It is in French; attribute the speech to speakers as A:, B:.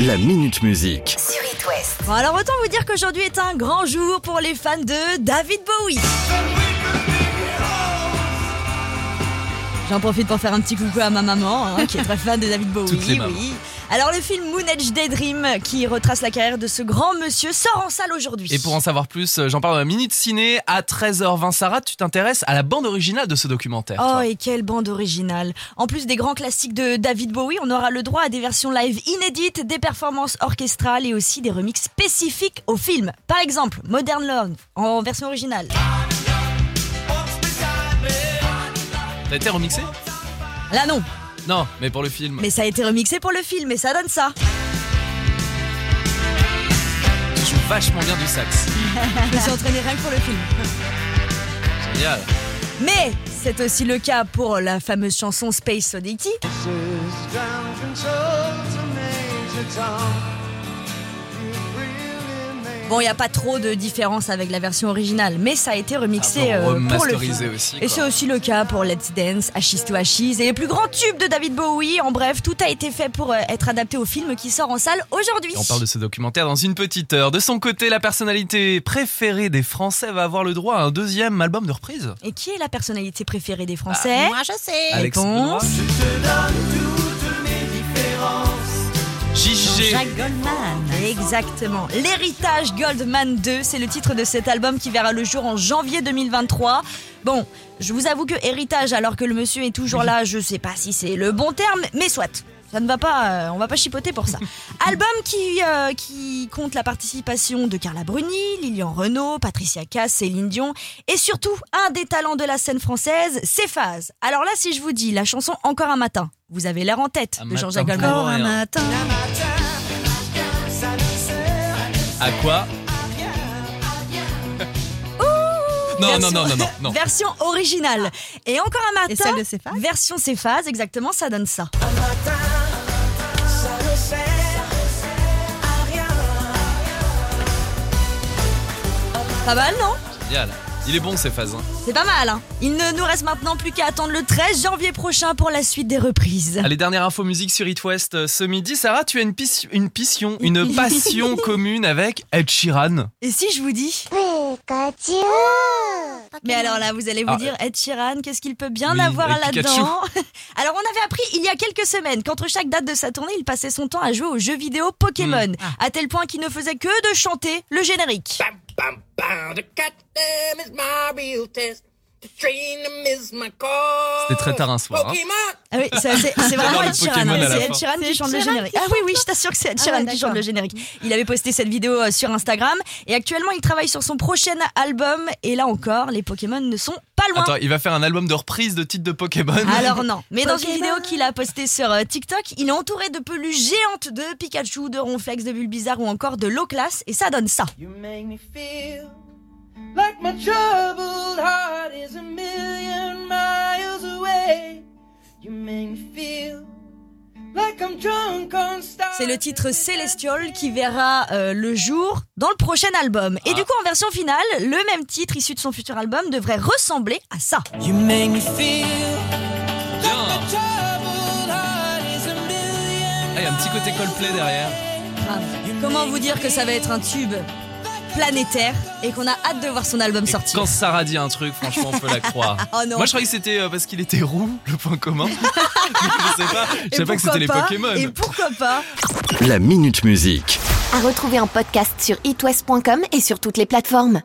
A: La Minute Musique.
B: sur It West.
C: Bon alors autant vous dire qu'aujourd'hui est un grand jour pour les fans de David Bowie. J'en profite pour faire un petit coucou à ma maman, hein, qui est très fan de David Bowie.
D: Toutes les mamans.
C: oui. Alors le film Moon Age Daydream, qui retrace la carrière de ce grand monsieur, sort en salle aujourd'hui.
D: Et pour en savoir plus, euh, j'en parle dans la Minute Ciné. À 13h20, Sarah, tu t'intéresses à la bande originale de ce documentaire.
C: Oh
D: toi.
C: et quelle bande originale En plus des grands classiques de David Bowie, on aura le droit à des versions live inédites, des performances orchestrales et aussi des remixes spécifiques au film. Par exemple, Modern Love en version originale.
D: T'as été remixé
C: Là non,
D: Non, mais pour le film.
C: Mais ça a été remixé pour le film et ça donne ça.
D: Tu joues vachement bien du sax.
C: Je me suis entraînée rien que pour le film.
D: Génial.
C: Mais c'est aussi le cas pour la fameuse chanson Space Oddity. Bon, il n'y a pas trop de différence avec la version originale, mais ça a été remixé
D: Ah bon,
C: euh, pour le
D: remasterisé
C: film.
D: aussi,
C: et
D: quoi.
C: c'est aussi le cas pour Let's Dance, Ashes to Ashes et les plus grands tubes de David Bowie. En bref, tout a été fait pour euh, être adapté au film qui sort en salle aujourd'hui.
D: Et on parle de ce documentaire dans une petite heure. De son côté, la personnalité préférée des Français va avoir le droit à un deuxième album de reprise.
C: Et qui est la personnalité préférée des Français
B: Moi je sais.
D: Bah, Alex
C: Réponse.
D: Benoît. JG.
C: Jean-Jacques Goldman. Exactement. L'héritage Goldman 2, c'est le titre de cet album qui verra le jour en janvier 2023. Bon, je vous avoue que héritage, alors que le monsieur est toujours là, je sais pas si c'est le bon terme, mais soit. Ça ne va pas, euh, on va pas chipoter pour ça. Album qui, euh, qui compte la participation de Carla Bruni, Lilian Renault, Patricia Cass, Céline Dion et surtout un des talents de la scène française, c'est Phase. Alors là, si je vous dis la chanson Encore un matin, vous avez l'air en tête
D: Un
C: de Jean-Jacques
D: matin
C: Goldman.
D: pour rien.
C: matin.
D: À quoi Non, non, non, non, non, non.
C: Version originale. Et encore un matin.
E: Et celle de Céphase
C: Version Céphase, exactement, ça donne ça. Pas mal, non
D: Génial. Il est bon, ces phases. hein.
C: C'est pas mal, hein Il ne nous reste maintenant plus qu'à attendre le 13 janvier prochain pour la suite des reprises.
D: Allez, dernière info musique sur It West euh, ce midi. Sarah, tu as une, pis- une pission, une passion commune avec Ed Sheeran.
C: Et si je vous dis Mais alors là, vous allez vous
D: Ah,
C: dire, Ed Sheeran, qu'est-ce qu'il peut bien
D: oui,
C: avoir
D: avec Pikachu.
C: là-dedans Alors, on avait appris il y a quelques semaines qu'entre chaque date de sa tournée, il passait son temps à jouer aux jeux vidéo
D: Hmm.
C: Pokémon,
D: Ah.
C: à tel point qu'il ne faisait que de chanter le générique.
F: Bam, bam, bam. The goddamn is my real test. The train is my call.
D: C'était très tard un soir, hein.
F: Pokémon.
C: Ah oui, ça, c'est c'est vraiment
D: J'adore le
C: Ed Sheeran.
D: Pokémon à la
C: C'est
D: fin.
C: Ed Sheeran qui
E: C'est
C: chante le
E: Ed Sheeran
C: générique.
E: qui
C: Ah oui, oui, je t'assure que c'est Ed
E: Ah
C: Sheeran
E: ouais,
C: qui chante
E: d'accord.
C: le générique. Il avait posté cette vidéo euh, sur Instagram et actuellement, il travaille sur son prochain album. Et là encore, les Pokémon ne sont pas loin.
D: Attends, il va faire un album de reprise de titres de Pokémon.
C: Alors non, mais dans une
E: Pokémon.
C: vidéo qu'il a postée sur euh, TikTok, il est entouré de peluches géantes de Pikachu, de Ronflex, de Bulbizarre ou encore de Loclas et ça donne ça.
F: You make me feel like my troubled heart is a million miles away. You make me feel like I'm drunk on stars.
C: C'est le titre Celestial qui verra euh, le jour dans le prochain album. Et du coup, en version finale, le même titre issu de son futur album devrait ressembler à ça.
F: You make me feel
D: Bien.
F: troubled heart is a million.
D: Ah, il y a un petit côté Coldplay derrière.
C: Ah, Comment vous dire que ça va être un tube planétaire et qu'on a hâte de voir son album
D: Et
C: sortir
D: quand Sarah dit un truc, franchement, on peut la croire.
C: Oh non.
D: Moi, je croyais que c'était euh, parce qu'il était roux, le point commun. Mais je sais pas. Je
C: Et
D: savais pas que c'était les
C: pourquoi pas
D: Pokémon.
C: Et pourquoi pas
A: La Minute Musique.
B: À retrouver en podcast sur itwest.com et sur toutes les plateformes.